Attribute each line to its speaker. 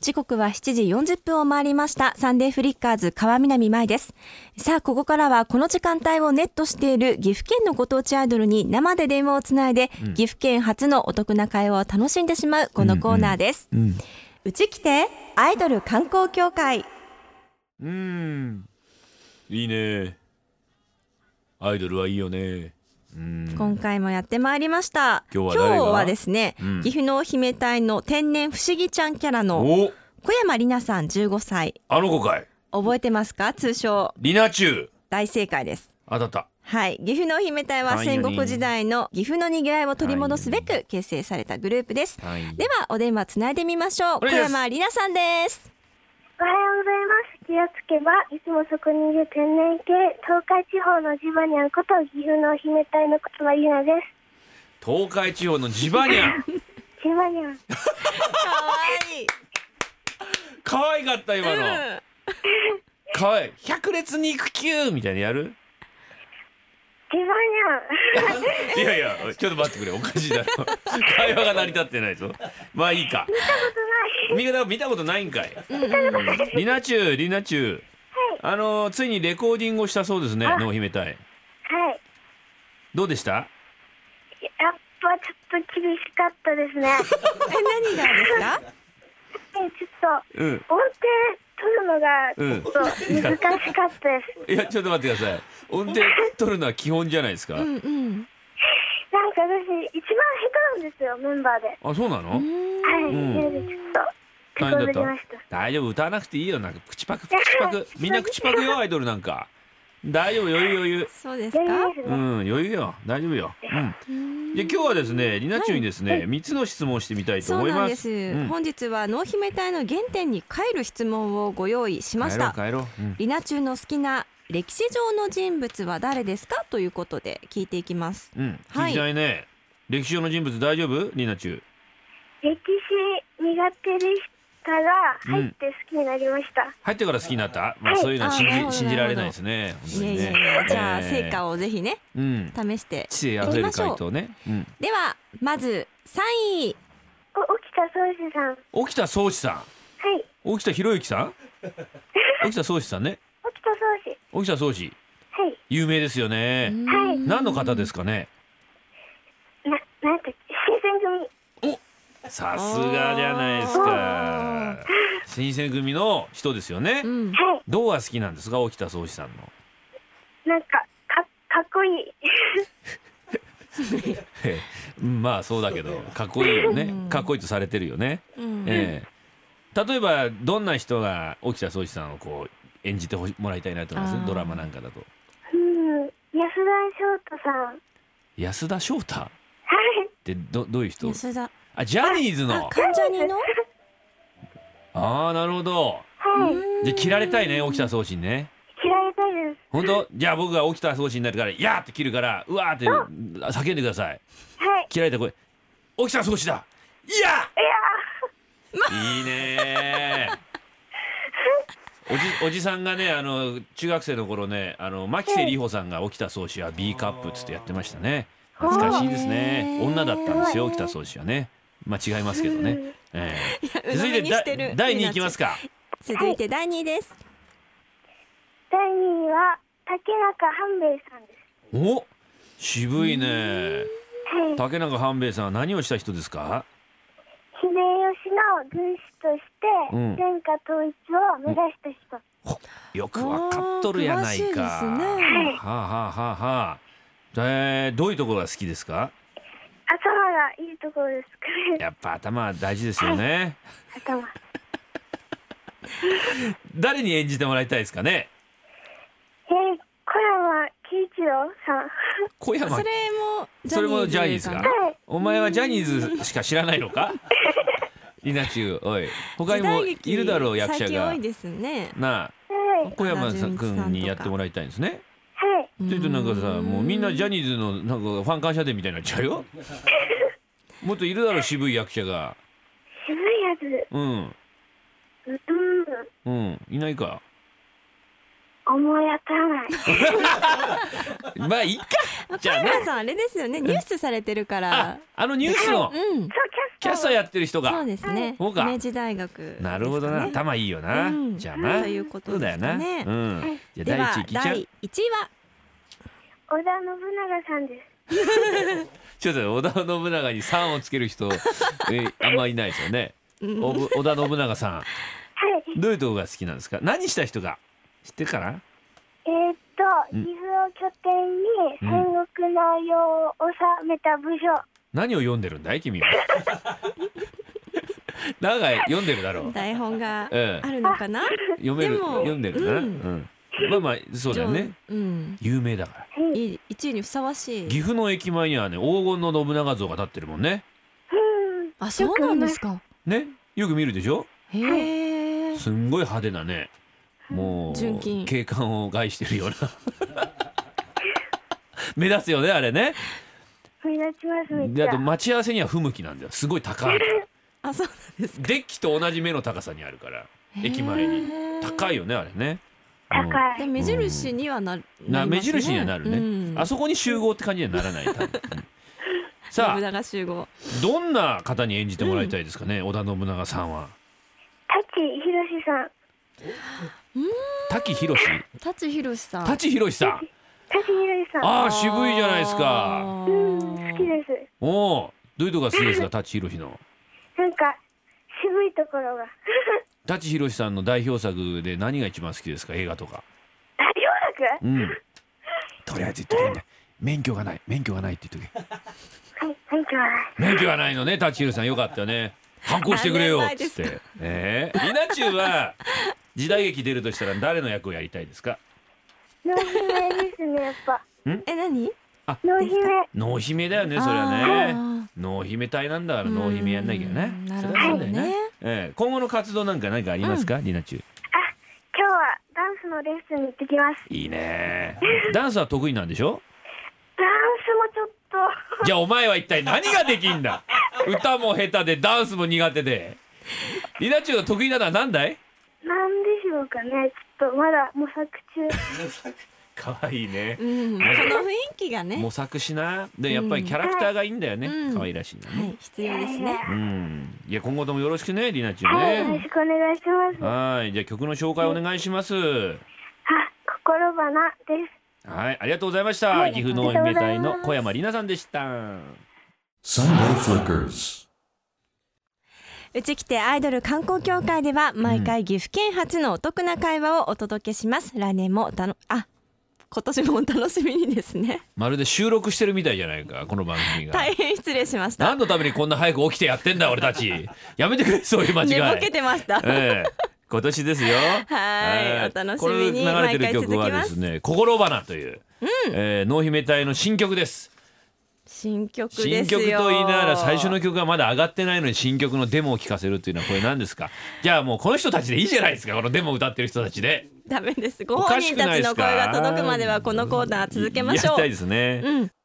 Speaker 1: 時刻は7時40分を回りましたサンデーフリッカーズ川南舞ですさあここからはこの時間帯をネットしている岐阜県のご当地アイドルに生で電話をつないで、岐阜県初のお得な会話を楽しんでしまうこのコーナーです、うち来てアイドル観光協会
Speaker 2: うんいいねアイドルはいいよねうん
Speaker 1: 今回もやってまいりました
Speaker 2: 今日は誰が
Speaker 1: ですね、
Speaker 2: うん
Speaker 1: 岐阜の姫隊の天然不思議ちゃんキャラの
Speaker 2: お
Speaker 1: 小山里奈さん15歳
Speaker 2: あの子かい
Speaker 1: 覚えてますか通称
Speaker 2: リナチュウ
Speaker 1: 大正解です
Speaker 2: 当たった
Speaker 1: はい岐阜の姫隊は
Speaker 2: はい
Speaker 1: 戦
Speaker 2: よ
Speaker 1: 国
Speaker 2: り
Speaker 1: 時代の岐阜のにぎわいを取り戻すべく結成されたグループです
Speaker 2: はい
Speaker 1: ではお電話つないでみましょう
Speaker 2: お
Speaker 1: 小
Speaker 2: 願いします
Speaker 1: 山里奈さんです
Speaker 3: おはようございます。気をつけば、いつもそこにいる天然系、東海地方のジバニャンこと、岐阜の姫隊の言葉ゆなです。
Speaker 2: 東海地方のジバニ ャン
Speaker 3: ジバニャン。
Speaker 1: かわいい
Speaker 2: 可愛かった
Speaker 1: う
Speaker 2: 今の
Speaker 1: ん
Speaker 2: 可愛い百列肉球みたいなやる
Speaker 3: ジバ ニャン。
Speaker 2: いやいやちょっと待ってくれおか しいだろ会話が成り立ってないぞまあいいか見たことない見たことないんかいリナチュウリナチュウあのついにレコーディングをしたそうですね
Speaker 3: あ
Speaker 2: 濃姫隊
Speaker 3: はい。
Speaker 2: どうでした
Speaker 3: やっぱちょっと厳しかったで すね。
Speaker 1: え何がですか
Speaker 3: でちょっと、
Speaker 2: うん
Speaker 3: 音程取るのが、
Speaker 2: うん
Speaker 3: ちょっと難しかったです。
Speaker 2: いやちょっと待ってください音程取るのは基本じゃないですか、
Speaker 1: うんうん
Speaker 3: なんか私、一番下手なんですよ、メンバーで。
Speaker 2: あそうなの
Speaker 3: はい。
Speaker 2: ん
Speaker 3: なので、ちょっと、
Speaker 2: 大
Speaker 3: 手こ
Speaker 2: 変
Speaker 3: ずり
Speaker 2: だ
Speaker 3: ま
Speaker 2: っ
Speaker 3: した。
Speaker 2: た大丈夫歌わなくていいよなんか口パク口パクみんな口パク よアイドルなんか大丈夫余裕余裕
Speaker 1: そうですか
Speaker 3: 全然です
Speaker 2: う
Speaker 3: ね。
Speaker 2: ん余裕よ大丈夫ようん
Speaker 1: うん
Speaker 2: で今日はですねリナチュウにですね三つの質問をしてみたいと
Speaker 1: そ
Speaker 2: 思
Speaker 1: う
Speaker 2: い
Speaker 1: なん
Speaker 2: ま
Speaker 1: ですす、
Speaker 2: うん
Speaker 1: 本日は濃姫隊の原点に帰る質問をご用意しまし
Speaker 2: 帰
Speaker 1: た
Speaker 2: ろう帰ろううん
Speaker 1: リナ中の好きな歴史上の人物は誰ですかということで聞いていきます
Speaker 2: うん
Speaker 1: はい
Speaker 2: 聞きたいね歴史上の人物大丈夫リナチュウ
Speaker 3: 歴史苦手でしたが、入って好きになりました。
Speaker 2: 入ってから好きになったまあ
Speaker 3: はい
Speaker 2: そういうのは信
Speaker 1: あなるほど
Speaker 2: じ信じられないですね本当
Speaker 1: いや
Speaker 2: に
Speaker 1: い
Speaker 2: ね
Speaker 1: やいやじゃあ
Speaker 2: ええ
Speaker 1: 成果をぜひね
Speaker 2: うん
Speaker 1: 試して
Speaker 2: 知性あふれる回答ねうん
Speaker 1: ではまず3位
Speaker 3: お、沖田総司さん。
Speaker 2: 沖田総司さ
Speaker 3: はい。
Speaker 2: ん沖田博之さん沖田総司さんね
Speaker 3: 沖田総司。
Speaker 2: 沖田総司
Speaker 3: はい。
Speaker 2: 有名ですよね
Speaker 3: はい
Speaker 2: 何の方ですすかね
Speaker 3: な、なんて、 新選組。
Speaker 2: さすがじゃないですか新選組の人ですよね
Speaker 1: うん
Speaker 3: は
Speaker 2: どうは好きなんですか沖田総司さんの
Speaker 3: い。なんか、か、かっこいい。
Speaker 2: へえまあそうだけどかっこいいよね
Speaker 1: うん
Speaker 2: かっこいいとされてるよね、
Speaker 1: うん
Speaker 2: ええ例えばどんな人が沖田総司さんをこう演じてほしもらいたいなと思いま
Speaker 1: あー
Speaker 2: すドラマなんかだと
Speaker 3: うん。安田翔太さん。は
Speaker 2: 安田翔太っ
Speaker 3: い。
Speaker 2: てどどういう人
Speaker 1: 安田
Speaker 2: あジャニーズ
Speaker 1: あ
Speaker 2: の
Speaker 1: 関ジャニの
Speaker 2: ああなるほど
Speaker 3: はい。
Speaker 2: じゃあ切られたいね沖田総司にね
Speaker 3: 嫌いたいです。
Speaker 2: 本当じゃあ僕が沖田総司になるから「やー!」って切るから「うわ!」って叫んでください
Speaker 3: はい。
Speaker 2: 切られた声沖田総司だいやいいねーおじおじさんがねあの中学生の頃ねあの牧瀬里穂さんが沖田総司は B カップっつってやってましたね懐かしいですね
Speaker 1: へー
Speaker 2: 女だったんですよ沖田総司はねまあ違いますけどね、ええ
Speaker 1: 鵜呑みに
Speaker 2: だ
Speaker 1: してる
Speaker 2: 第2位いきますか
Speaker 1: 続いて第2位です
Speaker 3: 第2位は、竹中半兵衛さんです。
Speaker 2: お渋いね
Speaker 3: はい。
Speaker 2: 竹中半兵衛さんは何をした人ですか
Speaker 3: 秀吉の軍師として、
Speaker 2: うん
Speaker 3: 天下統一を目指した人。
Speaker 2: ほよくわかっとるやないか。
Speaker 1: あー詳しいですね
Speaker 2: はあ、はあはあはあ、えーどういうところが好きですか。
Speaker 3: 頭がいいところですかね。
Speaker 2: やっぱ頭は大事ですよね。
Speaker 3: 頭。
Speaker 2: 誰に演じてもらいたいですかね。
Speaker 3: えー、小山慶一郎さん。
Speaker 2: 小山
Speaker 1: それ。もジ
Speaker 2: それもジャ
Speaker 1: ャ
Speaker 2: ニ
Speaker 1: ニー
Speaker 2: ーズ
Speaker 1: ズ
Speaker 2: か
Speaker 1: か。
Speaker 2: お前はジャニーズしか知らないのか。稲ナチュウおい、
Speaker 1: な
Speaker 2: 他に
Speaker 1: 時
Speaker 2: も
Speaker 1: 代
Speaker 2: い
Speaker 1: 劇
Speaker 2: るだろう役者
Speaker 1: 最近多
Speaker 2: が
Speaker 1: い。ですね
Speaker 2: な
Speaker 3: は
Speaker 2: あ、
Speaker 3: い。
Speaker 2: 小山さん君にやってもらいたいんですね。
Speaker 3: はい。
Speaker 2: ちょっとなんかさ、もうみんなジャニーズのなんかファン感謝デーみたいになっちゃ うよ。もっといるだろう渋い役者が。
Speaker 3: 渋いやつ。
Speaker 2: うん。
Speaker 3: うん。
Speaker 2: うん、いないか。
Speaker 3: 思い当たらない。はい。
Speaker 2: まあいいかじゃあね
Speaker 1: 皆さんあれですよねニュースされてるか
Speaker 2: あ
Speaker 1: ら
Speaker 2: あのニュースの
Speaker 1: うん
Speaker 3: そう、キ
Speaker 2: キャ
Speaker 3: ャ
Speaker 2: ス
Speaker 3: ス
Speaker 2: タ
Speaker 3: ト。
Speaker 2: ーやってる人が
Speaker 1: そうですね
Speaker 2: そうか
Speaker 1: 明治大学ですかね
Speaker 2: なるほどな、頭いいよな、
Speaker 1: うん
Speaker 2: じゃあな
Speaker 1: ということ
Speaker 2: そうだよな、
Speaker 1: ですか
Speaker 2: うんじ
Speaker 1: で
Speaker 2: ゃあ
Speaker 1: は
Speaker 2: 第一位聞いちゃう
Speaker 1: 第一位は
Speaker 3: 織田信長さんです。
Speaker 2: ちょっと織田信長に三をつけ る人、えーあんまいないですよね。おぶ織田信長さ
Speaker 3: はい。
Speaker 2: ん、どういうとこが好きなんですか。何した人が知ってるかな。
Speaker 3: えーっと、
Speaker 2: うん
Speaker 3: 岐阜を拠点に
Speaker 2: うん
Speaker 3: 戦国の世を治めた武将。
Speaker 2: 何を読んでるんだい 君は。なんか読んでるだろう。
Speaker 1: 台本が
Speaker 2: ええ
Speaker 1: あるのかな
Speaker 2: 読める
Speaker 1: でも
Speaker 2: 読んでるんだな。う
Speaker 1: うん
Speaker 2: ん。まあまあそうだよね。
Speaker 1: 上うん
Speaker 2: 有名だから。
Speaker 1: いい一位にふさわしい
Speaker 2: 岐阜の駅前にはね黄金の信長像が立ってるもんね。
Speaker 3: うん。
Speaker 1: あそうなんですか
Speaker 2: ね。よく見るでしょ。
Speaker 1: へえ
Speaker 2: すんごい派手なね。もう
Speaker 1: 純金
Speaker 2: 景観を害してるような 目立つよねあれね
Speaker 3: 目立ちます、めっ
Speaker 2: で
Speaker 3: ち
Speaker 2: あ
Speaker 3: ゃ。
Speaker 2: と
Speaker 3: は
Speaker 2: 待ち合わせには不向きなんだよすごい高いから
Speaker 1: あそうなんです
Speaker 2: デッキと同じ目の高さにあるから駅前に
Speaker 1: へー
Speaker 2: 高いよねあれねうん
Speaker 3: 高
Speaker 1: で
Speaker 3: い。
Speaker 1: 目印にはな
Speaker 2: な
Speaker 1: りますね
Speaker 2: 目印にはなるね、
Speaker 1: うん
Speaker 2: あそこに集合って感じにはならない 多分うんさ
Speaker 1: 信
Speaker 2: あ
Speaker 1: 長集合
Speaker 2: どんな方に演じてもらいたいですかね、織田信長さんは
Speaker 3: 舘ひろしさん。
Speaker 2: 滝博士
Speaker 1: 舘ひろしさん
Speaker 2: 舘ひろしさん
Speaker 3: 舘ひろしさん。
Speaker 2: ああ渋いじゃないですか
Speaker 1: あ
Speaker 3: うん、
Speaker 1: ー
Speaker 3: 好きです。
Speaker 2: おおどういうとこが好きです か舘ひろしの
Speaker 3: なんか、渋いところが。
Speaker 2: 舘ひろしさんの代表作で何が一番好きですか映画とか
Speaker 3: 大洋楽
Speaker 2: うんとりあえず言っとけんだ免許がない免許がないって言っとけ
Speaker 3: はい、なんか、
Speaker 2: 免許がないのね、タチヒルさん、よかったね。反抗してくれよ
Speaker 1: 何年前
Speaker 2: っつっ
Speaker 1: です
Speaker 2: て。ええ、リナチュウは時代劇出るとしたら、誰の役をやりたいですか。
Speaker 3: 濃姫ですね、やっぱ。
Speaker 1: え何
Speaker 3: 濃姫。
Speaker 2: 濃姫だよね、それはね。濃姫隊なんだから、濃姫やんなきゃね
Speaker 1: うん。な
Speaker 2: そ
Speaker 1: る
Speaker 2: れ
Speaker 1: ほ
Speaker 2: はそ
Speaker 1: ど
Speaker 2: うだよ
Speaker 1: ね。
Speaker 2: ええ、今後の活動なんか、何かありますか、リナチュウ。
Speaker 3: 今日はダンスのレッスンに行ってきます。
Speaker 2: いいね。ダンスは得意なんでしょ
Speaker 3: ダンスもちょっと、
Speaker 2: じゃあ、お前は一体何ができんだ。歌も下手で、ダンスも苦手で。リナチュウの得意なのは何だい。
Speaker 3: なんでしょうかね。ちょっとまだ模索中。
Speaker 2: 可愛いね。
Speaker 1: うん、この雰囲気がね
Speaker 2: 模索しなでやっぱりキャラクターがいいんだよね、
Speaker 1: うん
Speaker 2: 可愛らしいんだ
Speaker 1: は
Speaker 2: ね、
Speaker 1: い必要ですね
Speaker 2: うんいや今後ともよろしくねりなちゅう
Speaker 3: はい、よろ
Speaker 2: ね
Speaker 3: しくお願いします。
Speaker 2: はいじゃあ曲の紹介お願いします
Speaker 3: あ、心花です。
Speaker 2: はいありがとうございました、
Speaker 3: はい
Speaker 2: 岐阜農姫隊の小山里奈さんでした
Speaker 4: Sunday Flickers.
Speaker 1: うちきてアイドル観光協会では毎回岐阜県初のお得な会話をお届けします来年もたのあ今年もお楽しみにですね
Speaker 2: まるで収録してるみたいじゃないかこの番組が
Speaker 1: 大変失礼しました
Speaker 2: 何のためにこんな早く起きてやってんだ俺たちやめてくれそういう間違い
Speaker 1: 寝ぼけてました
Speaker 2: ええ今年ですよ。
Speaker 1: はい
Speaker 2: ええ
Speaker 1: お楽しみに
Speaker 2: これ流れてる曲はですね、心花という、ええ濃姫隊の新曲です。
Speaker 1: 新曲ですよ
Speaker 2: 新曲と言いながら最初の曲がまだ上がってないのに新曲のデモを聴かせるっていうのはこれ何ですか。じゃあもうこの人たちでいいじゃないですか。このデモを歌ってる人たちで。
Speaker 1: ダメですご
Speaker 2: おか
Speaker 1: 本
Speaker 2: し
Speaker 1: 人
Speaker 2: くな
Speaker 1: たち
Speaker 2: いです
Speaker 1: の
Speaker 2: か
Speaker 1: 声が届くまではこのコーナー続けまし
Speaker 2: や
Speaker 1: ょう
Speaker 2: りたいですね。
Speaker 1: うん